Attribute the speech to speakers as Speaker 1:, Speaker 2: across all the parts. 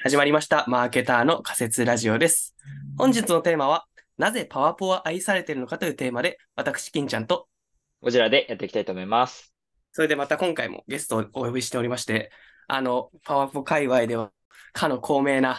Speaker 1: 始まりました。マーケターの仮説ラジオです。本日のテーマは、なぜパワポは愛されているのかというテーマで、私、金ちゃんと、
Speaker 2: こちらでやっていきたいと思います。
Speaker 1: それでまた今回もゲストをお呼びしておりまして、あの、パワポ界隈では、かの高名な、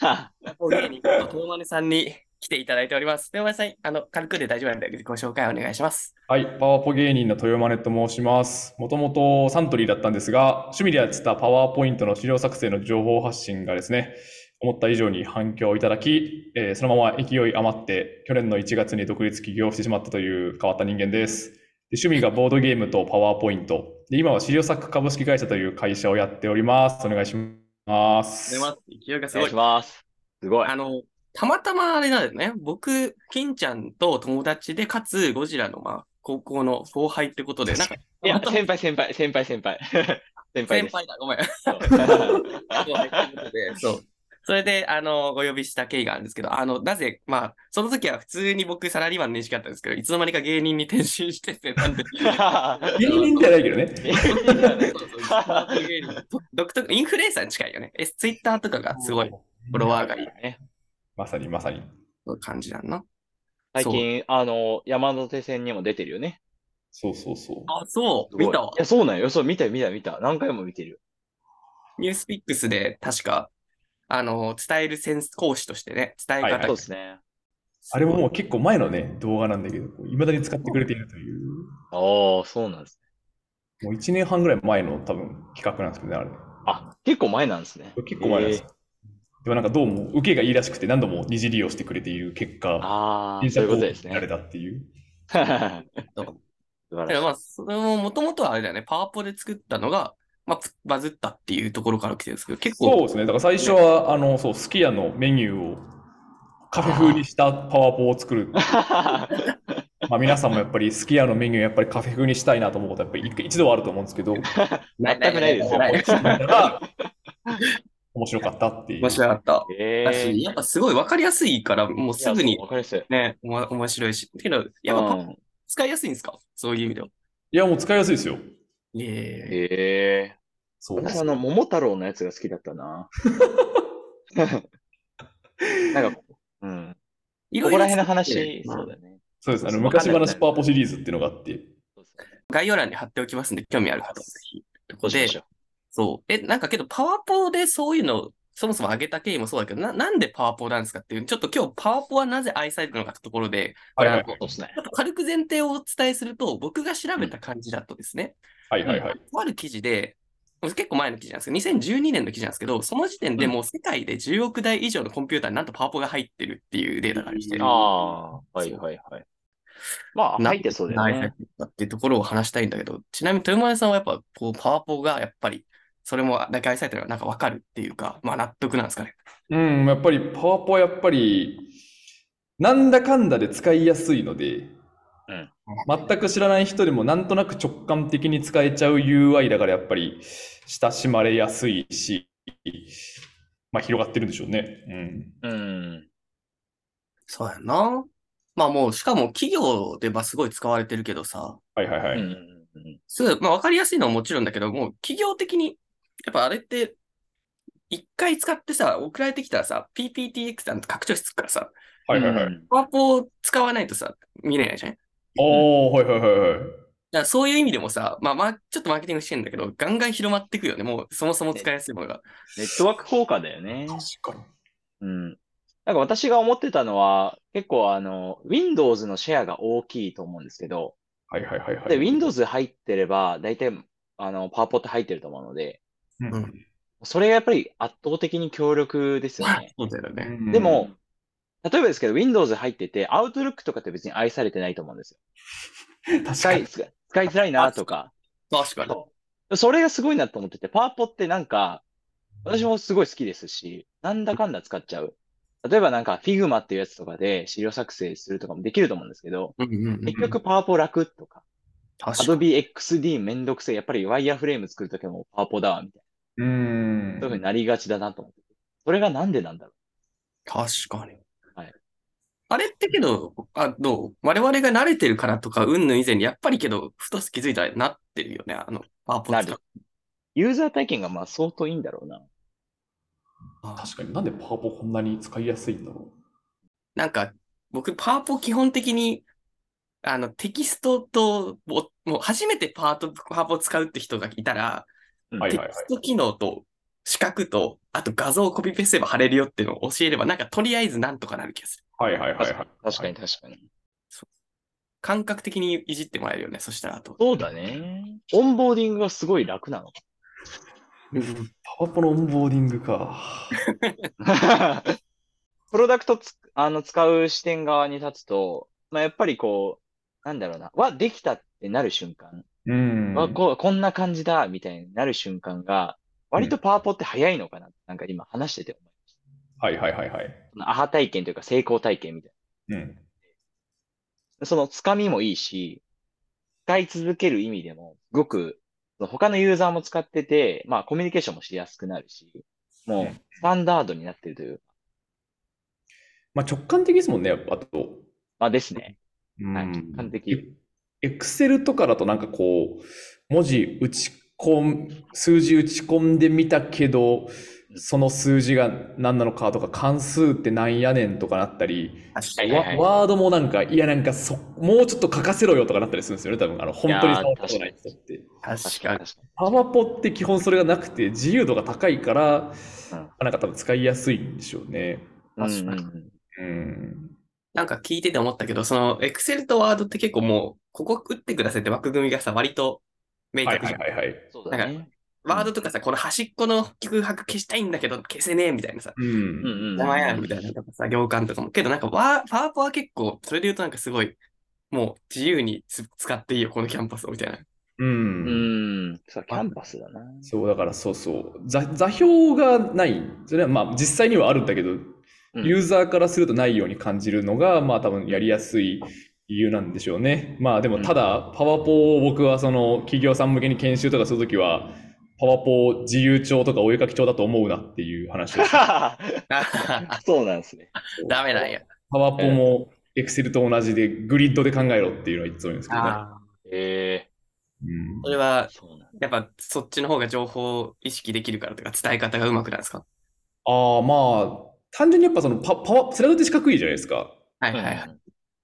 Speaker 2: は
Speaker 1: お芸人こと東金さんに来ていただいております。で、お前さん、あの、軽くで大丈夫なので、ご紹介お願いします。
Speaker 3: はい、パワポ芸人の豊真根と申します。もともとサントリーだったんですが、趣味でやってたパワーポイントの資料作成の情報発信がですね、思った以上に反響をいただき、えーそのまま勢い余って、去年の1月に独立起業してしまったという変わった人間です。で趣味がボードゲームとパワーポイント。で今は資料作株式会社という会社をやっております。お願いします。
Speaker 1: 勢いが
Speaker 2: お
Speaker 1: す
Speaker 2: 願
Speaker 1: ご
Speaker 2: い
Speaker 1: い
Speaker 2: し。ます。すごい。
Speaker 1: あの、たまたまあれなんだよね。僕、金ちゃんと友達で、かつ、ゴジラの、まあ、高校の後輩ってことで、なんか、
Speaker 2: いや
Speaker 1: たま、たま
Speaker 2: 先輩、先輩、先輩、先輩。 先輩
Speaker 1: 先
Speaker 2: です。
Speaker 1: 輩だ、ごめん。
Speaker 2: そう
Speaker 1: 後輩ってことでそう。それで、あの、お呼びした経緯があるんですけど、あの、なぜ、まあ、その時は普通に僕、サラリーマンの認識だったんですけど、いつの間にか芸人に転身してて、なんで、
Speaker 3: 芸人じゃないけどね。
Speaker 1: そうそう芸人独特、インフルエンサーに近いよね。え、ツイッターとかがすごい、フォロワーがいい
Speaker 2: ね
Speaker 3: まさにまさに。
Speaker 1: 感じなんな。
Speaker 2: 最近、あの、山手線にも出てるよね。
Speaker 3: そうそうそう。
Speaker 1: あ、そう、
Speaker 2: すごい
Speaker 1: 見たわ
Speaker 2: いや、そうなんよ。そう、見たよ、見たよ、見た。何回も見てるよ。
Speaker 1: ニュースピックスで確か、あの、伝えるセンス講師としてね、伝え
Speaker 3: はい
Speaker 1: 方
Speaker 2: そう
Speaker 1: が
Speaker 2: ですね。
Speaker 3: あれももう結構前のね、動画なんだけど、いまだに使ってくれているという。
Speaker 2: ああ、そうなんです。
Speaker 3: もう1年半ぐらい前の多分企画なんですけどね、あれ。
Speaker 2: あ、結構前なんですね。
Speaker 3: 結構前なんです。
Speaker 2: えー
Speaker 3: でもなんかどうも受けがいいらしくて何度も二次利用してくれている結果、
Speaker 2: ああ、
Speaker 3: 検
Speaker 2: そういうこ
Speaker 3: 索を
Speaker 2: とです
Speaker 3: られ
Speaker 2: ね。
Speaker 3: たっていう。
Speaker 2: 素晴
Speaker 1: だ
Speaker 2: ら
Speaker 1: か
Speaker 2: し
Speaker 1: ら
Speaker 2: い。
Speaker 1: まあ、それももともとはあれだよね、パワポで作ったのが、まあ、プバズったっていうところから来てるんですけど、結
Speaker 3: そう
Speaker 1: 構、
Speaker 3: ですね。だから最初は、あの、そう、すき家のメニューをカフェ風にしたパワーポを 作る。まあ皆さんもやっぱりすき家のメニューやっぱりカフェ風にしたいなと思うことやっぱり一一度はあると思うんですけど、
Speaker 2: 全く ないですよ
Speaker 1: な
Speaker 3: 面白 かったっていう。
Speaker 1: 面白かった。
Speaker 2: え
Speaker 1: だし、やっぱすごい分かりやすいから、もうすぐに
Speaker 2: わかりやすい。
Speaker 1: ね、おも面白いし。けど、やっぱパワポ
Speaker 2: うん
Speaker 1: 使いやすいんですかそういう意味では。
Speaker 3: いや、もう使いやすいですよ。
Speaker 1: ええ
Speaker 2: ええ
Speaker 3: そう。
Speaker 2: 私あの、桃太郎のやつが好きだった な。なんか、うん。
Speaker 1: い
Speaker 2: こ
Speaker 1: ろいろ
Speaker 2: こら辺の話、
Speaker 1: まあ
Speaker 2: そうだね。
Speaker 3: そうです。あの、
Speaker 2: わかんな
Speaker 3: 昔
Speaker 2: くなる
Speaker 3: 話パワポシリーズっていうのがあって、
Speaker 2: そうですね
Speaker 1: 概要欄に貼っておきますんで、興味ある方はぜひ。という
Speaker 2: ど
Speaker 1: こと
Speaker 2: うしま
Speaker 1: で
Speaker 2: し、ょう
Speaker 1: そう。え、なんかけど、パワポでそういうの、そもそも上げた経緯もそうだけど、な、なんでパワポなんですかっていう、ちょっと今日パワポはなぜ愛されてるのかってところで、
Speaker 3: はいはい
Speaker 1: これあの
Speaker 2: そうですね
Speaker 1: ちょ。っと軽く前提をお伝えすると、僕が調べた感じだとですね、
Speaker 3: はいはいはい。
Speaker 1: とある記事で、結構前の記事なんですけど、2012年の記事なんですけど、その時点でもう世界で10億台以上のコンピューターになんとパワポが入ってるっていうデータがありまして、
Speaker 2: ああ、はいはいはい。まあ、
Speaker 1: な
Speaker 2: 入ってそうだよ
Speaker 1: な
Speaker 2: ね
Speaker 1: い。だっていうところを話したいんだけど、ちなみに豊前さんはやっぱこうパワポがやっぱり、それもだけ愛されてるのがなんかわかるっていうか、まあ納得なんですかね。
Speaker 3: うん、やっぱりパワポはやっぱり、なんだかんだで使いやすいので、
Speaker 2: うん
Speaker 3: 全く知らない人でもなんとなく直感的に使えちゃう UI だからやっぱり親しまれやすいし、まあ広がってるんでしょうね。うん。
Speaker 2: うん。
Speaker 1: そうやな。まあもう、しかも企業ではすごい使われてるけどさ、
Speaker 3: はいはいは
Speaker 2: う
Speaker 3: い。
Speaker 2: んうん
Speaker 1: すぐ、まあわかりやすいのはもちろんだけど、もう企業的に、やっぱあれって、一回使ってさ、送られてきたらさ、PPTX なんて拡張子つくからさ、
Speaker 3: はいはいはい。
Speaker 2: うん
Speaker 1: パワポを使わないとさ、見れないじゃん。だか
Speaker 3: おー、はいはいはいはい。
Speaker 1: らそういう意味でもさ、まあまあ、ちょっとマーケティングしてんだけど、ガンガン広まっていくよね。もう、そもそも使いやすいものが。
Speaker 2: ネットワーク効果だよね。
Speaker 3: 確か
Speaker 2: うん。なんか私が思ってたのは、結構あの、Windows のシェアが大きいと思うんですけど、
Speaker 3: に。はいはいはいはい。
Speaker 2: で、Windows 入ってれば、大体、あの、パワーポって入ってると思うので、
Speaker 3: うん
Speaker 1: うん
Speaker 2: それがやっぱり圧倒的に強力ですよね。
Speaker 1: そうだよね。
Speaker 3: うん
Speaker 2: でも、例えばですけど、Windows 入ってて、Outlook とかって別に愛されてないと思うんですよ。
Speaker 3: 確
Speaker 2: 使
Speaker 3: か
Speaker 2: い、
Speaker 3: に。
Speaker 2: 使い使いづらいなとか。
Speaker 1: 確かに。
Speaker 2: それがすごいなと思ってて、パワーポってなんか、私もすごい好きですし、なんだかんだ使っちゃう。例えばなんか Figma っていうやつとかで資料作成するとかもできると思うんですけど、
Speaker 1: うんうんうん。
Speaker 2: 結局パワーポ楽とか、
Speaker 1: 確かに。
Speaker 2: Adobe XD めんどくせえ、やっぱりワイヤーフレーム作るときもパワーポだわ、みたいな。
Speaker 3: うん
Speaker 2: そういうふうになりがちだなと思って。それがなんでなんだろ
Speaker 1: 確かに。
Speaker 2: はい
Speaker 1: あれってけど、あ、どう我々が慣れてるからとか、うんぬん以前に、やっぱりけど、ふと気づいたらなってるよね、あの、パワポ
Speaker 2: な
Speaker 1: 使
Speaker 2: るう。ユーザー体験がまあ相当いいんだろうな。
Speaker 3: 確かになんでパワポこんなに使いやすいんだろ
Speaker 1: なんか、僕、パワポ基本的に、あの、テキストと、ぼもう初めてパート、パワポ使うって人がいたら、
Speaker 3: う。はい
Speaker 1: テ
Speaker 3: はい
Speaker 1: キ
Speaker 3: はい。
Speaker 1: スト機能と視覚と、あと画像をコピペすれば貼れるよっていうのを教えれば、なんかとりあえずなんとかなる気がする。
Speaker 3: はいはいはいはい。
Speaker 2: 確かに確かに。
Speaker 1: 感覚的にいじってもらえるよね、そしたらあと。
Speaker 2: そうだね。オンボーディングがすごい楽なの。
Speaker 3: パワポのオンボーディングか。
Speaker 2: プロダクトつ、あの、使う視点側に立つと、まあ、やっぱりこう、なんだろうな、は、できたってなる瞬間、
Speaker 3: うん。
Speaker 2: わ、こう、こんな感じだ、みたいになる瞬間が、割とパワポって早いのかな、なんか今話してて思いまし
Speaker 3: はいはいはいはい。
Speaker 2: たそのアハ体験というか成功体験みたい
Speaker 3: うん。
Speaker 2: な。そのつかみもいいし、使い続ける意味でも、すごく、その他のユーザーも使ってて、まあ、コミュニケーションもしやすくなるし、もう、
Speaker 3: うん
Speaker 2: スタンダードになってるという、
Speaker 3: まあ直感的ですもんね、やっぱあと。
Speaker 2: まあですね。
Speaker 3: うん
Speaker 2: はい直感的。
Speaker 3: エクセルとかだとなんかこう、文字打ち込ん、数字打ち込んでみたけど、その数字が何なのかとか、関数ってなんやねんとかなったり、
Speaker 1: 確
Speaker 2: かに
Speaker 3: ワ
Speaker 2: はい
Speaker 3: ワードもなんか、いやなんかそ、もうちょっと書かせろよとかなったりするんですよね、多分あの、本当に
Speaker 2: いやー
Speaker 3: 触ったことない人って。
Speaker 1: 確かに。
Speaker 2: 確かに。
Speaker 3: パワポって基本それがなくて、自由度が高いから、
Speaker 2: うん
Speaker 3: なんか多分使いやすいんでしょうね。
Speaker 1: 確かに
Speaker 2: うんうんうん
Speaker 3: うん。
Speaker 1: なんか聞いてて思ったけど、その Excel と Word って結構もう、ここ打ってくださいって枠組みがさ、割と明
Speaker 3: はい
Speaker 1: 確
Speaker 3: は
Speaker 1: じ
Speaker 3: い
Speaker 1: ゃん。
Speaker 3: はいはい。
Speaker 2: そうだね。
Speaker 1: ワードとかさ、この端っこの空白消したいんだけど、消せねえみたいなさ、
Speaker 3: う
Speaker 2: うん
Speaker 3: ん。
Speaker 2: うん。
Speaker 1: 邪魔やんみたいなとかさ、行間とかも。けどなんかワー、パワーポは結構、それで言うとなんかすごい、もう自由につ使っていいよ、このキャンパスをみたいな。
Speaker 2: う
Speaker 3: う。
Speaker 2: んん。そう、キャンパスだな。
Speaker 3: そう、だからそうそう。座座標がない。それはまあ実際にはあるんだけど、
Speaker 2: うん
Speaker 3: ユーザーからするとないように感じるのが、まあ多分やりやすい理由なんでしょうね。まあでもただ、パワポを僕はその企業さん向けに研修とかするときは、パワポを自由帳とかお絵かき帳だと思うなっていう話 をして
Speaker 2: そうなんですね。
Speaker 1: ダメなんや。
Speaker 3: パワポもエクセルと同じでグリッドで考えろっていうのはいつも言うんですけどね。
Speaker 1: ああ。
Speaker 2: え
Speaker 3: うん
Speaker 1: それは
Speaker 2: え、そうなん
Speaker 1: やっぱそっちの方が情報を意識できるからとか、伝え方がうまくなるんですか
Speaker 3: ああ、まあ、単純にやっぱそのパパワ、スライドって四角いじゃないですか。
Speaker 1: はいはいは
Speaker 2: だ
Speaker 1: い。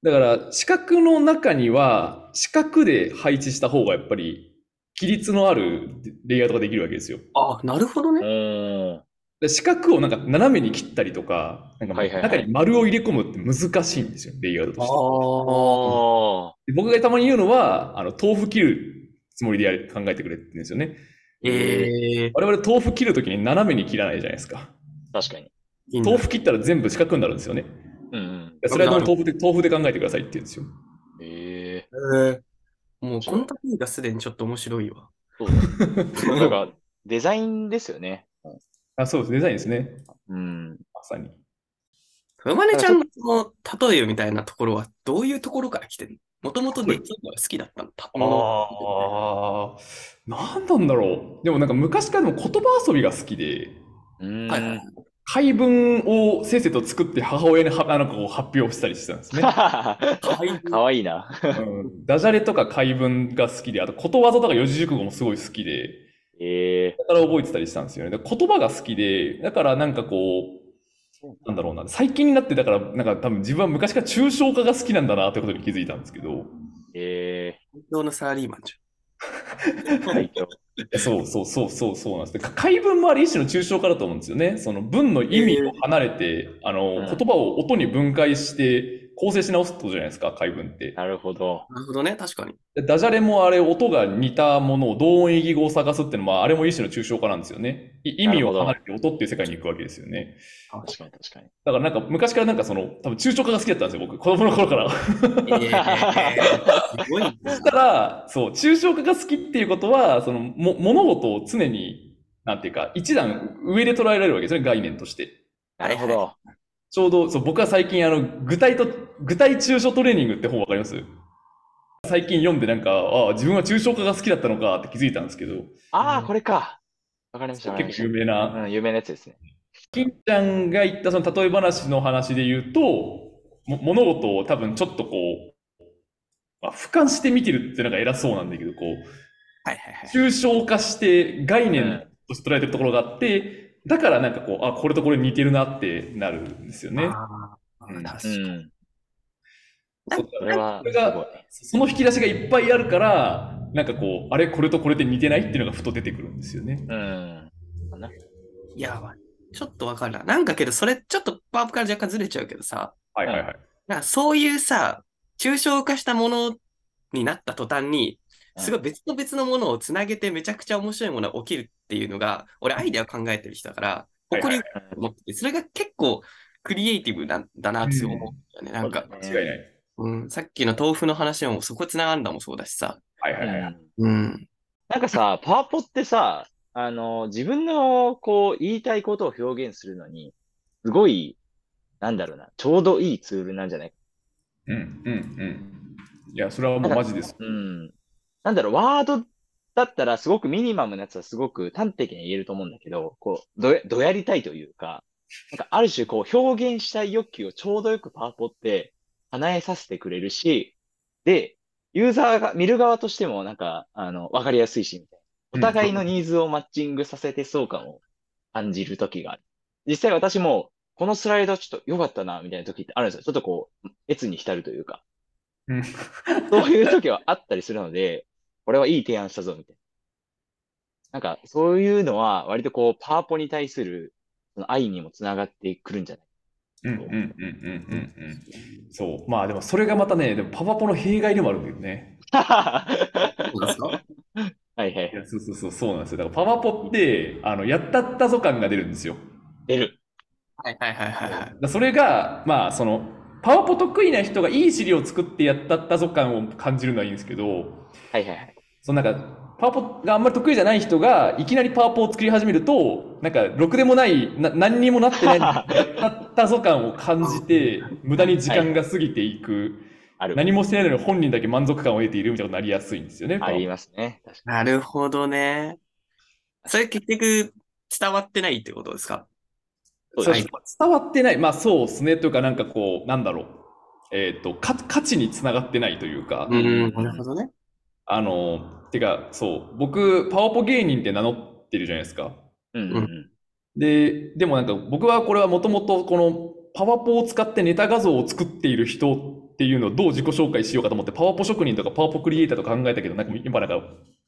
Speaker 3: だから、四角の中には、四角で配置した方がやっぱり、規律のあるレイアウトができるわけですよ。
Speaker 1: ああ、なるほど
Speaker 2: う
Speaker 1: ね。
Speaker 2: ん。うん。
Speaker 3: で四角をなんか斜めに切ったりとか、なんか
Speaker 2: はいはいはい
Speaker 3: 中に丸を入れ込むって難しいんですよ、レイアウトとして。
Speaker 1: ああ。
Speaker 2: おー。
Speaker 3: で僕がたまに言うのは、あの、豆腐切るつもりでやる考えてくれって言うんですよね。
Speaker 1: ええ
Speaker 3: 我々豆腐切るときに斜めに切らないじゃないですか。
Speaker 2: 確かに。
Speaker 1: いいな
Speaker 3: 豆腐切ったら全部四角になるんですよね。
Speaker 2: うん
Speaker 3: スライドの豆腐で、豆腐で考えてくださいって言うんですよ。
Speaker 2: うん。ええ
Speaker 1: もうこのタイがすでにちょっと面白いわ。
Speaker 2: そう だね。だから、デザインですよね。
Speaker 3: あ、そうです。デザインですね。
Speaker 2: うん。
Speaker 3: まさに。
Speaker 1: 生まれちゃんのその例えみたいなところはどういうところから来てるのもともとできるのが好きだったの。たもの
Speaker 3: ああ、なんなんだろう。でもなんか昔からでも言葉遊びが好きで、
Speaker 2: うん。
Speaker 1: はい はい
Speaker 3: 解文をせっせと作って母親にはあ のこう発表したりしてたんですね。
Speaker 2: か
Speaker 1: かわいい。
Speaker 2: わいいな。
Speaker 3: うんダジャレとか解文が好きで、あとことわざとか四字熟語もすごい好きで、
Speaker 2: ええ
Speaker 3: だから覚えてたりしたんですよね。で言葉が好きで、だからなんかこう、なんだろうな、最近になってだから、なんか多分自分は昔から抽象化が好きなんだなってことに気づいたんですけど、
Speaker 2: え
Speaker 1: 本当のサラリーマンじ
Speaker 2: え最強。
Speaker 3: そうそうそうそうそうなんですで。か解文もあり一種の抽象化だと思うんですよね。その文の意味を離れて、あの、
Speaker 2: うん
Speaker 3: 言葉を音に分解して構成し直すってことじゃないですか、解文って。
Speaker 2: なるほど。
Speaker 1: ゃん。なるほどね、確か に。
Speaker 3: でダジャレもあれ、音が似たものを同音異義語を探すっていうのも、あれも一種の抽象化なんですよね。い意味を離れて音っていう世界に行くわけですよね。
Speaker 2: 確かに確かに。
Speaker 3: だからなんか昔からなんかその、多分抽象化が好きだったんですよ、僕。子供の頃から。
Speaker 1: ええすごい。
Speaker 3: そしたら、そう、抽象化が好きっていうことは、その、も、物事を常に、なんていうか、一段上で捉えられるわけですよね、概念として。
Speaker 2: なるほど。
Speaker 3: ちょうど、そう、僕は最近、あの、具体と、具体抽象トレーニングって本わかります最近読んでなんか、ああ、自分は抽象化が好きだったのかって気づいたんですけど、
Speaker 2: ああ、これか。わかりました。わかりま
Speaker 3: 結構
Speaker 2: し
Speaker 3: 有名
Speaker 2: た
Speaker 3: な。
Speaker 2: うん、有名なやつですね。
Speaker 3: 金ちゃんが言ったその例え話の話で言うと、も物事を多分ちょっとこう、まあ、俯瞰して見てるってなんか偉そうなんだけど、こう、
Speaker 1: はいはいはい。
Speaker 3: 抽象化して概念として捉えてるところがあって、だからなんかこう、あ、これとこれ似てるなってなるんですよね。
Speaker 1: あー
Speaker 3: うん
Speaker 1: 確か
Speaker 2: う
Speaker 1: に
Speaker 2: ん。
Speaker 1: なん
Speaker 3: そう
Speaker 2: それは、
Speaker 3: これがその引き出しがいっぱいあるから、なんかこう、あれ、これとこれで似てないっていうのがふと出てくるんですよね。
Speaker 2: うん。
Speaker 1: いや、ちょっとわかるな。なんかけど、それちょっとパープから若干ずれちゃうけどさ、
Speaker 3: はいはいはい。
Speaker 1: なんかそういうさ、抽象化したものになった途端に、すごい別の別のものをつなげてめちゃくちゃ面白いものが起きるっていうのが、俺アイデアを考えてる人だから、誇りに思ってて、それが結構クリエイティブなんだなって思うんだよね。なんか、
Speaker 3: 間違いない。
Speaker 1: うん、さっきの豆腐の話もそこつながるんだもそうだしさ。
Speaker 3: はいは
Speaker 2: う
Speaker 3: いはい。
Speaker 2: ん
Speaker 1: うん。
Speaker 2: なんかさ、パワポってさ、あの、自分のこう言いたいことを表現するのに、すごい、なんだろうな、ちょうどいいツールなんじゃない
Speaker 3: うんうんうん。いや、それはもうマジです。
Speaker 2: うん。なんだろう、ワードだったらすごくミニマムなやつはすごく端的に言えると思うんだけど、こう、どや、どやりたいというか、なんかある種こう表現したい欲求をちょうどよくパワポって叶えさせてくれるし、で、ユーザーが、見る側としてもなんか、あの、わかりやすいし、みたいな。お互いのニーズをマッチングさせてそう感を感じる時がある。実際私も、このスライドちょっと良かったな、みたいな時ってあるんですよ。ちょっとこう、越に浸るというか。
Speaker 3: うん
Speaker 2: そういう時はあったりするので、これはいい提案したぞ、みたいな。なんか、そういうのは、割とこう、パワポに対するその愛にもつながってくるんじゃない
Speaker 3: うんうんうんうんうんうん。そう。まあでもそれがまたね、でもパワポの弊害でもあるんだよね。
Speaker 2: は
Speaker 1: そうですか
Speaker 2: いはい
Speaker 3: い。や、そうそうそう、そうなんですよ。だからパワポって、あの、やったったぞ感が出るんですよ。
Speaker 2: 出る。
Speaker 1: はいはいはいはいは
Speaker 3: だか
Speaker 1: い。
Speaker 3: らそれが、まあその、パワポ得意な人がいい資料を作ってやったったぞ感を感じるのはいいんですけど、
Speaker 2: はいはいはい。
Speaker 3: そのなんか、パワポがあんまり得意じゃない人が、いきなりパワポを作り始めると、なんか、ろくでもない、な何にもなってない、やったぞ感を感じて、無駄に時間が過ぎていく、
Speaker 2: あ る。
Speaker 3: 何もしてないのに本人だけ満足感を得ているみたいなことになりやすいんですよね。
Speaker 2: ありますね。確 か
Speaker 1: なるほどね。それ結局伝わってないってことですか
Speaker 2: に。そ
Speaker 3: そ
Speaker 2: う
Speaker 1: は
Speaker 2: うで
Speaker 1: い
Speaker 2: す
Speaker 3: 伝わってない、まあそうですね、というか、なんかこう、なんだろう、えっ、とか、価値につながってないというか、
Speaker 1: うん、なるほどね。
Speaker 3: あの、てか、そう、僕、パワポ芸人って名乗ってるじゃないですか。
Speaker 2: うんうんうん。
Speaker 3: で、でもなんか僕はこれはもともとこのパワポを使ってネタ画像を作っている人っていうのをどう自己紹介しようかと思ってパワポ職人とかパワポクリエイターとか考えたけど、なんか今なんか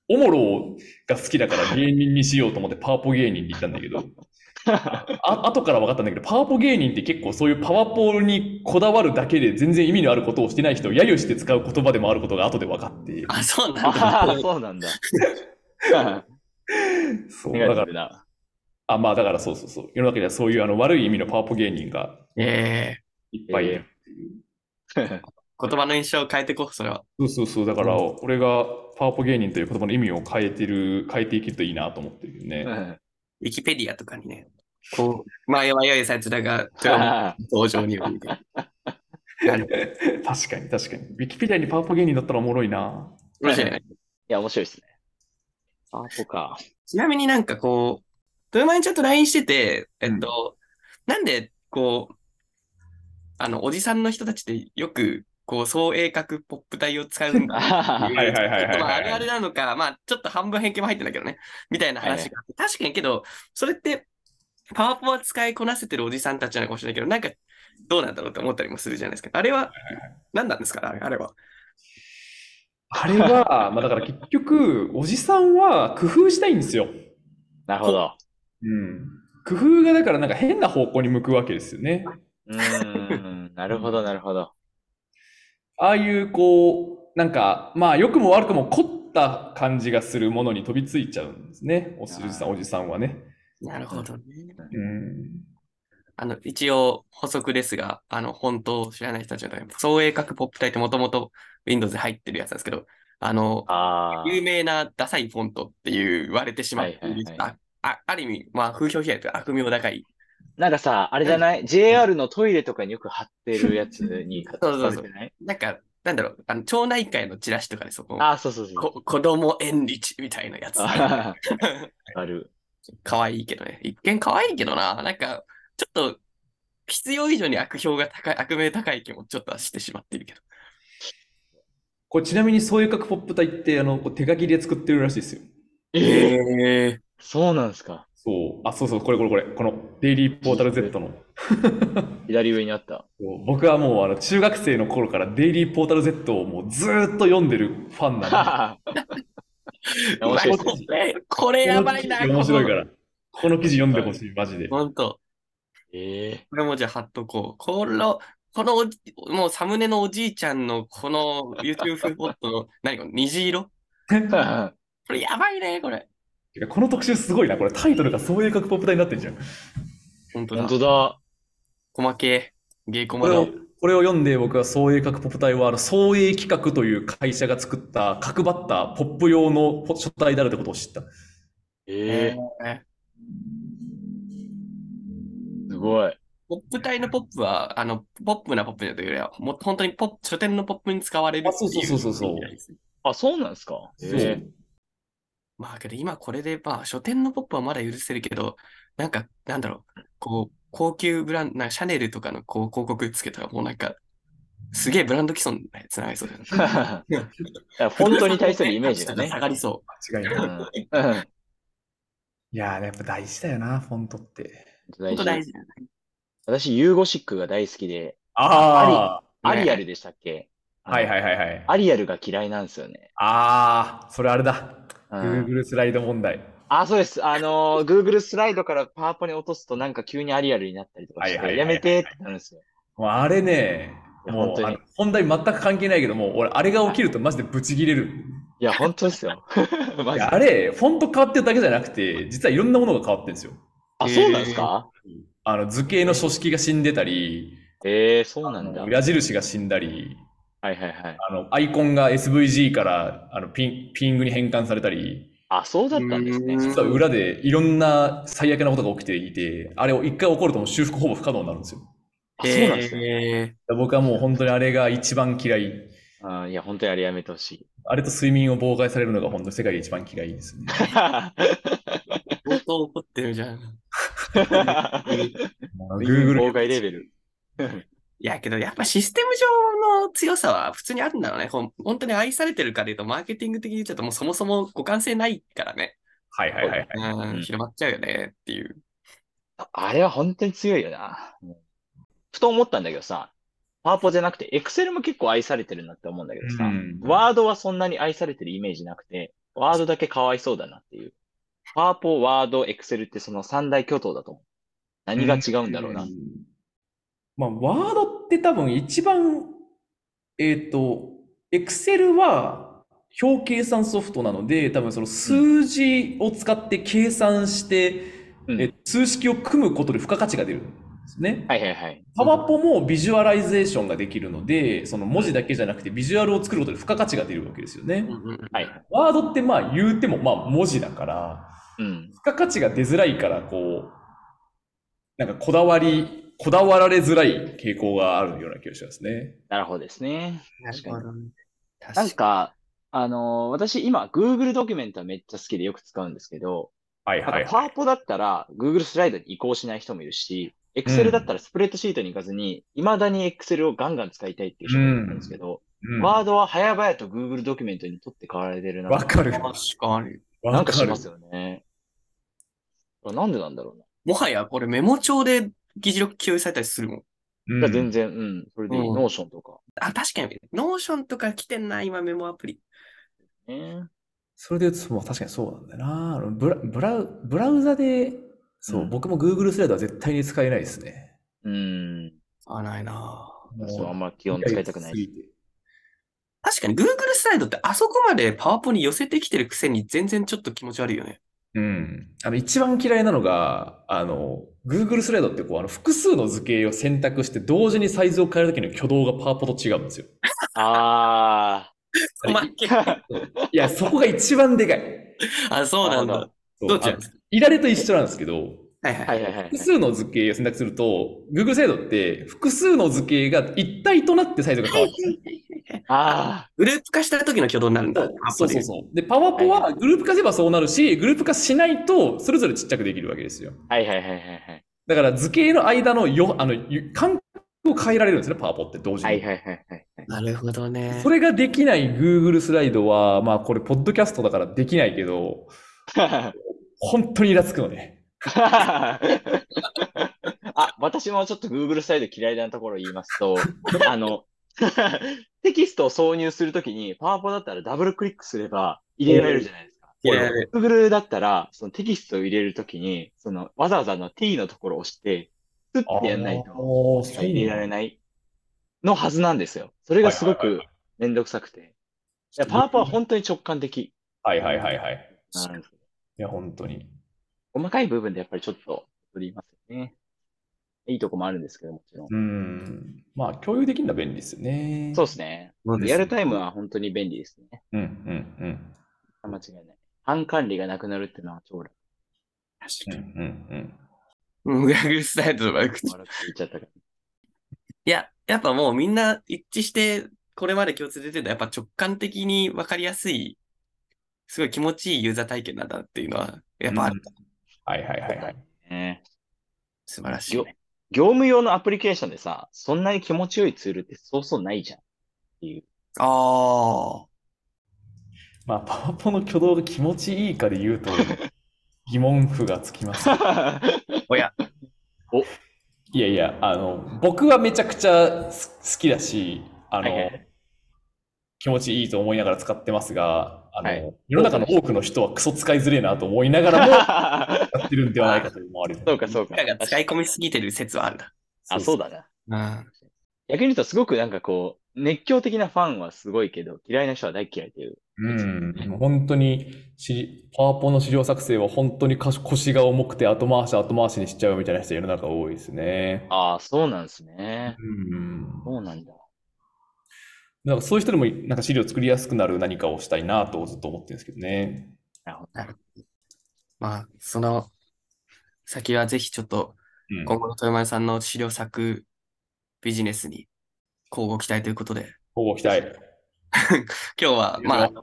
Speaker 3: おもろが好きだから芸人にしようと思ってパワポ芸人って言ったんだけど、あ後から分かったんだけど、パワポ芸人って結構そういうパワポにこだわるだけで全然意味のあることをしてない人を揶揄して使う言葉でもあることが後で分かって、
Speaker 1: あ、そうなんだ。
Speaker 2: ああ、そうなんだ。
Speaker 3: そう、
Speaker 2: ネ
Speaker 3: だ
Speaker 2: ガ
Speaker 3: か
Speaker 2: ティブ、
Speaker 3: ら
Speaker 2: な。
Speaker 3: あ、まあだからそうそうそう、世の中ではそういうあの悪い意味のパワポ芸人が
Speaker 1: ええ
Speaker 3: いっぱいいる。
Speaker 1: 言葉の印象を変えてこう、それは。
Speaker 3: そうそうそう、だから、
Speaker 2: う
Speaker 3: 俺がパワポ芸人という言葉の意味を変えてる、変えていけるといいなと思ってるよね。
Speaker 1: ウィキペディアとかにね、こう、まあ、やいさつらが、それは
Speaker 2: あ
Speaker 1: 登場には みたいな。なるほど
Speaker 3: 確かに、確かに。ウィキペディアにパワポ芸人だったらおもろいな。
Speaker 1: 面白いね。
Speaker 2: いや、面白いですね。あそうか。
Speaker 1: ちなみになんかこう、豊前にちょっと LINE してて、えっと、なんで、こう、あの、おじさんの人たちってよく、こう、総鋭角ポップ体を使うんだ
Speaker 2: あ
Speaker 3: はいはいはいはいは
Speaker 1: ちょ
Speaker 3: い
Speaker 1: っとまああるあるなのか、まあちょっと半分偏見も入ってんだけどね、みたいな話があって、確かにけど、それってパワポは使いこなせてるおじさんたちなのかもしれないけど、なんかどうなんだろうって思ったりもするじゃないですか。あれは、何なんですかあれあれは。
Speaker 3: あれは、まあだから結局、おじさんは工夫したいんですよ。
Speaker 2: なるほど。
Speaker 3: うん。工夫がだからなんか変な方向に向くわけですよね。
Speaker 2: うーん。なるほど、なるほど。
Speaker 3: ああいうこう、なんか、まあ良くも悪くも凝った感じがするものに飛びついちゃうんですね。おじさん、おじさんはね。
Speaker 1: なるほどね。
Speaker 3: うん。
Speaker 1: あの、一応補足ですが、あの、本当を知らない人たちのために、総鋭角ポップ体ってもともと Windows で入ってるやつなんですけど、あの、
Speaker 2: ああ。
Speaker 1: 有名なダサいフォントって言われてしまっている
Speaker 2: はいはいは
Speaker 1: ああある意味、まあ、風評被害というか悪名高い
Speaker 2: なんかさ、あれじゃない ?JR のトイレとかによく貼ってるやつに貼
Speaker 1: そうそうそう
Speaker 2: されてない
Speaker 1: なんか、なんだろう、あの町内会のチラシとかでそこ、
Speaker 2: あ、そうそうそう。
Speaker 1: こ子供縁日みたいなやつ。
Speaker 2: あある。
Speaker 1: 可愛いけどね。一見可愛いけどな、なんか、ちょっと、必要以上に悪評が高い、悪名高い気もちょっとはしてしまっているけど。
Speaker 3: これちなみにそういう角ポップ隊ってあのこう手書きで作ってるらしいですよ。
Speaker 1: ええ
Speaker 2: そうなんですか。
Speaker 3: そう、あ、そうそう、これこれこれ、このデイリーポータル Z の。
Speaker 2: 左上に あった。
Speaker 3: そう僕はもうあの中学生の頃からデイリーポータル Z をもうずーっと読んでるファンなの。
Speaker 2: 面白いです
Speaker 1: こ
Speaker 2: ね
Speaker 1: れ、これ やばいな、
Speaker 3: この記事面白いか
Speaker 1: こ
Speaker 3: ら。この記事読んでほしい、マジで。
Speaker 1: の。本当。
Speaker 2: ええ
Speaker 1: これもじゃあ貼っとこう。この、このおじ、もうサムネのおじいちゃんのこの YouTube フォットの、何この虹色これやばいね、これ。
Speaker 3: てかこの特集すごいな、これタイトルがそういう格ポップ体になってんじゃん。
Speaker 1: 本当だ
Speaker 2: 本。当だ。
Speaker 1: 細けえ。ゲイコ
Speaker 3: こ
Speaker 1: マ
Speaker 3: れ
Speaker 1: だ
Speaker 3: を。これを読んで僕は創英各ポップ隊はあの創英企画という会社が作った角張ったポップ用のポ書体であるってことを知った。
Speaker 2: ええ
Speaker 1: え
Speaker 2: すごい。
Speaker 1: ポップ体のポップは、あの、ポップなポップじゃなくて、もう本当にポップ、書店のポップに使われる
Speaker 3: あそうそうそうそうそう
Speaker 1: ってい意味なんですね
Speaker 2: あ、そうなんですか。え
Speaker 3: そ
Speaker 2: え
Speaker 3: う
Speaker 1: まあけど今これで、まあ書店のポップはまだ許せるけど、なんか、なんだろう、こう、高級ブランド、なんかシャネルとかのこう広告つけたらもうなんか、すげえブランド基礎につながりそうだよね。
Speaker 2: だ からフォントに対するイメージ がね。
Speaker 1: 下がりそ
Speaker 3: 間違いない。
Speaker 2: うんうん
Speaker 3: いやー、やっぱ大事だよな、フォントって。
Speaker 1: う。本当
Speaker 2: 大
Speaker 1: 大
Speaker 2: 事
Speaker 1: 事だよね。
Speaker 2: 私、ユーゴシックが大好きで、
Speaker 3: あ
Speaker 2: アリアルでしたっけ。
Speaker 3: あ、はいはいいはいはい。
Speaker 2: アリアルが嫌いなんですよね。
Speaker 3: ああ、それあれだ。
Speaker 2: うん、
Speaker 3: Google スライド問題。
Speaker 2: あ、そうです。あ のー、Google スライドからパワポに落とすとなんか急にアリアルになったりとかし
Speaker 3: はいは
Speaker 2: て、
Speaker 3: い
Speaker 2: や
Speaker 3: はいはい
Speaker 2: めてってなるんですよ。
Speaker 3: もうあれね、
Speaker 2: いや
Speaker 3: も
Speaker 2: 本
Speaker 3: う
Speaker 2: 当
Speaker 3: あ
Speaker 2: に
Speaker 3: の本題全く関係ないけど、もう俺、あれが起きるとマジでブチギレる。
Speaker 2: いや、本当ですよ。 マ ジで
Speaker 3: いやあれ、フォント変わってるだけじゃなくて、実はいろんなものが変わってるんですよ。
Speaker 2: あ、そうなんですか
Speaker 3: あの図形の書式が死んでたり、
Speaker 2: ええそうなんだ。はい
Speaker 3: 矢印が死んだり、
Speaker 2: はいはい。
Speaker 3: あのアイコンが SVG からあのピンピングに変換されたり、
Speaker 2: あ、そうだったんですね
Speaker 1: う。ん
Speaker 3: 実は裏でいろんな最悪なことが起きていて、あれを一回起こるともう修復ほぼ不可能になるんですよ。
Speaker 2: あ、そうなんですね。
Speaker 1: ね。
Speaker 3: 僕はもう本当にあれが一番嫌い。
Speaker 2: あいや、本当にあれやめてほ しい。
Speaker 3: あれと睡眠を妨害されるのが本当に世界で一番嫌いですね。
Speaker 1: 相当怒ってるじゃん。い
Speaker 2: 妨
Speaker 3: Google
Speaker 2: 害レベル。
Speaker 1: やけどやっぱシステム上の強さは普通にあるんだろうね。ほん本当に愛されてるかでいうと、マーケティング的に言っちゃうともうそもそも互換性ないからね。
Speaker 3: はいはいはいはい。
Speaker 1: う
Speaker 2: うん
Speaker 1: ん、広まっちゃうよねっていう。
Speaker 2: あれは本当に強いよな。ふと思ったんだけどさ、パワポじゃなくて、エクセルも結構愛されてるなって思うんだけどさ、
Speaker 3: うん
Speaker 2: ワードはそんなに愛されてるイメージなくて、ワードだけかわいそうだなっていう。パワポ、ワード、エクセルってその三大巨頭だと思う。何が違うんだろうな。
Speaker 3: まあ、ワードって多分一番、えっ、と、エクセルは表計算ソフトなので、多分その数字を使って計算して、
Speaker 2: うん
Speaker 3: えー数式を組むことで付加価値が出るんですね。
Speaker 2: はいはいはい。
Speaker 3: パワポもビジュアライゼーションができるので、その文字だけじゃなくてビジュアルを作ることで付加価値が出るわけですよね。
Speaker 2: はいはい。
Speaker 3: ワードってまあ言うてもまあ文字だから、
Speaker 2: うん。
Speaker 3: 付加価値が出づらいから、こう、なんかこだわり、こだわられづらい傾向があるような気がしますね。
Speaker 2: なるほどですね。
Speaker 1: なるほどね。確
Speaker 2: なんか、あのー私今、Google ドキュメントはめっちゃ好きでよく使うんですけど、
Speaker 3: はい
Speaker 2: なん
Speaker 3: はい
Speaker 2: か。パワポだったら Google スライドに移行しない人もいるし、Excel だったらスプレッドシートに行かずに、未だに Excel をガンガン使いたいっていう人もいるんですけど、
Speaker 3: うん
Speaker 2: ワードは早々と Google ドキュメントに取って代わられてるな。
Speaker 3: わかる。
Speaker 1: 確かに。
Speaker 2: な
Speaker 3: わ
Speaker 2: んか
Speaker 3: か
Speaker 2: し
Speaker 3: る
Speaker 2: ま。すよね。これなんでなんだろうな。
Speaker 1: もはやこれメモ帳で議事録共有されたりするもん。
Speaker 3: うん
Speaker 2: いや全然、うん、それでいい。
Speaker 1: うん
Speaker 2: Notion とか。
Speaker 1: あ、確かに。ノーションとか来てんな、今メモアプリ。
Speaker 2: ね
Speaker 3: それで言うと、まあ確かにそうなんだよな。あのブラブラウブラウザで、そう、
Speaker 2: うん
Speaker 3: 僕も Google スライドは絶対に使えないですね。
Speaker 2: うん。
Speaker 1: あ、ないな。
Speaker 3: も
Speaker 2: そう、あんま基本使いたくない
Speaker 3: 理
Speaker 2: し。
Speaker 3: 解しす
Speaker 1: 確
Speaker 3: ぎて
Speaker 1: かに Google スライドってあそこまでパワポに寄せてきてるくせに全然ちょっと気持ち悪いよね。
Speaker 3: うん。あの、一番嫌いなのが、あの、Google スライドってこう、あの、複数の図形を選択して、同時にサイズを変えるときの挙動がパワポと違うんですよ。
Speaker 2: あ
Speaker 3: あれ
Speaker 1: 細 け
Speaker 2: ー。
Speaker 3: いや、そこが一番でかい。
Speaker 1: あ、そうなん
Speaker 2: なる
Speaker 1: だ。
Speaker 3: そう
Speaker 1: どっち
Speaker 3: あ
Speaker 1: なん
Speaker 3: の
Speaker 1: ですか
Speaker 3: いられと一緒なんですけど、
Speaker 1: はいはい。
Speaker 2: はいはいはい
Speaker 3: 複。数の図形を選択すると、Google 制度って複数の図形が一体となってサイズが変わる。
Speaker 2: あ
Speaker 1: グループ化した時の挙動になるんだ。パワポ
Speaker 3: そう
Speaker 1: で
Speaker 3: そうそう。で、パワポ
Speaker 2: は
Speaker 3: はグループ化すればそうなるし、グループ化しないとそれぞれちっちゃくできるわけですよ。
Speaker 2: ー。はいはいはいはいはい。
Speaker 3: だから図形の間のよあのゆ間隔を変えられるんですね、パワポって同時に。
Speaker 2: はいはいはいはい。
Speaker 1: なるほどね
Speaker 3: そ。れができない Google スライドは、まあこれ、ポッドキャストだからできないけど、本当にイラつくのね。
Speaker 2: あ、私もちょっと Google サイト嫌いなところ言います と、あの、 テキストを挿入するときに、パワポだったらダブルクリックすれば入れられるじゃないですか。
Speaker 1: 入れられ
Speaker 2: Google だったら、そのテキストを入れるときに、そのわざわざの t のところを押して、スッてやんないと
Speaker 3: と
Speaker 2: 入れられないのはずなんですよ。それがすご
Speaker 3: はいはい
Speaker 2: くめんどくさくて。いや、パワポは本当に直感的
Speaker 3: はいはいはいはい。
Speaker 2: なんですけど
Speaker 3: いや、本当に。
Speaker 2: 細かい部分でやっぱりちょっと取りますよね。いいとこもあるんですけど、もちろん。
Speaker 3: うん。まあ、共有できるのは便利ですよね。
Speaker 2: そうですね。リアルタイムは本当に便利ですね。
Speaker 3: うんうん
Speaker 2: 間違いない。班管理がなくなるっていうのは超楽。
Speaker 3: うん。うんうん
Speaker 1: うん、Google スタイルとか
Speaker 2: 悪く言っちゃったか ら。
Speaker 1: いや、やっぱもうみんな一致して、これまで共通で出てた、やっぱ直感的に分かりやすい、すごい気持ちいいユーザー体験なんだっていうのは、やっ
Speaker 3: うん。
Speaker 1: ぱある
Speaker 3: はいはいはいはい。
Speaker 2: ね
Speaker 1: 素晴らしいね。
Speaker 2: 業務用のアプリケーションでさ、そんなに気持ちよいツールってそうそうないじゃん。
Speaker 1: ああ。
Speaker 3: まあ、パワポの挙動が気持ちいいかで言うと、疑問符がつきます。
Speaker 1: おや。
Speaker 2: お
Speaker 3: いやいや、あの、僕はめちゃくちゃす好きだし、あの、
Speaker 2: はいはいは
Speaker 3: 気持ちいいと思いながら使ってますが、あの、
Speaker 2: はい
Speaker 3: 世の中の多くの人はクソ使いづれえなと思いながらも使ってるんではないかと思 われる。
Speaker 2: そうかそうか
Speaker 1: なんか使い込みすぎてる説はあるな。
Speaker 2: あ、そうだな。
Speaker 1: うん。
Speaker 2: 逆に言うとすごくなんかこう、熱狂的なファンはすごいけど、嫌いな人は大嫌いという。
Speaker 3: うん、本当にしり、パワポの資料作成は本当にかし腰が重くて後回し後回しにしちゃうみたいな人世の中多いですね。
Speaker 2: ああ、そうなんですね。
Speaker 3: うん。
Speaker 2: そうなんだ。
Speaker 3: なんかそういう人でもなんか資料作りやすくなる何かをしたいなとずっと思ってるんですけどね。
Speaker 2: なるほど。
Speaker 1: まあ、その先はぜひちょっと、
Speaker 3: うん
Speaker 1: 今後の豊前さんの資料作ビジネスに交互期待ということで、
Speaker 3: ここ期待。
Speaker 1: 今日は、ま
Speaker 3: は
Speaker 1: あ、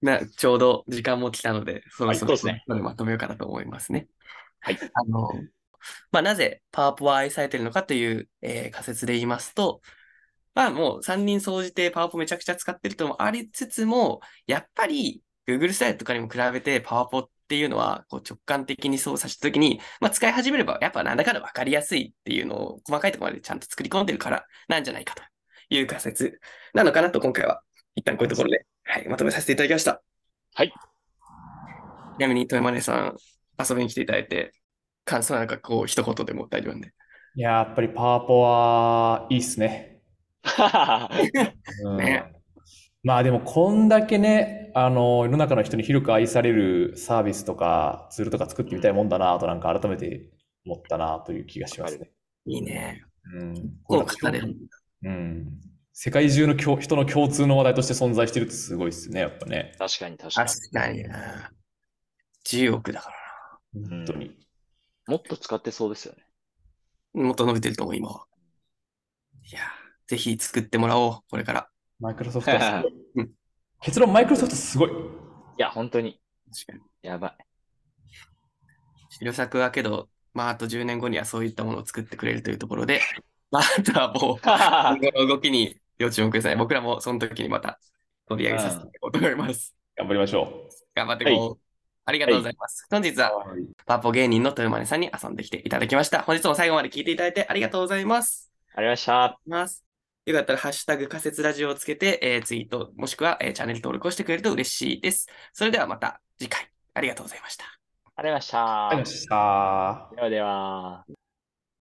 Speaker 1: な、ちょうど時間も来たので、そろそ
Speaker 2: は
Speaker 1: ろ
Speaker 2: いそうですね
Speaker 1: これまとめようかなと思いますね。
Speaker 2: はい。
Speaker 1: あの、まあ、なぜパワーポは愛されてるのかという、えー仮説で言いますと、まあもう3人総じてパワーポめちゃくちゃ使ってるともありつつも、やっぱり Google スタイルとかにも比べてパワーポっていうのはこう直感的に操作したときに、まあ、使い始めればやっぱなんだかんだ分かりやすいっていうのを細かいところまでちゃんと作り込んでるからなんじゃないかという仮説なのかなと今回は一旦こういうところで、はい、まとめさせていただきました。
Speaker 2: はい。
Speaker 1: ちなみに、豊真さん、遊びに来ていただいて、感想なんかこう、一言でも大丈夫なんで。
Speaker 3: いや、やっぱりパワポはいいっすね。うん
Speaker 1: ね
Speaker 3: まあでもこんだけね、あの、世の中の人に広く愛されるサービスとかツールとか作ってみたいもんだなとなんか改めて思ったなという気がしますね。
Speaker 1: いいね。
Speaker 3: うん。
Speaker 1: こう、語れる。
Speaker 3: うん。世界中の共人の共通の話題として存在してるってすごいっすね、やっぱね。
Speaker 2: 確かに確かに
Speaker 1: 確。かにな。10億だか
Speaker 3: 本当に。
Speaker 2: もっと使ってそうですよ ね。
Speaker 1: らな。もっと伸びてると思う、今は。いやー、ぜひ作ってもらおう、これから。
Speaker 3: マイクロソフトはすごい
Speaker 1: うん
Speaker 3: 結論、マイクロソフトすごい。
Speaker 2: いや、本当に。
Speaker 1: 確かに。
Speaker 2: や ばい。
Speaker 1: 旅作はけど、まあ、あと10年後にはそういったものを作ってくれるというところで、まあ、あとはもう、今後の動きに要注目ください。僕らもその時にまた取り上げさせていただこうと思います。
Speaker 3: 頑張りましょ
Speaker 1: 頑張っていこう。ありがとうございます。本日
Speaker 3: う。
Speaker 1: はパポ芸人の豊真さんに遊んできていただきました。本日も最後まで聞いていただいてありがとうございます。
Speaker 2: ありがとうございました。
Speaker 1: ますよかったら、ハッシュタグ仮説ラジオをつけて、えーツイート、もしくは、えーチャンネル登録をしてくれると嬉しいです。それではまた次回、ありがとうございました。
Speaker 2: ありがとうございま
Speaker 3: ありがとうござい
Speaker 2: し
Speaker 3: ました。
Speaker 2: た。ではでは。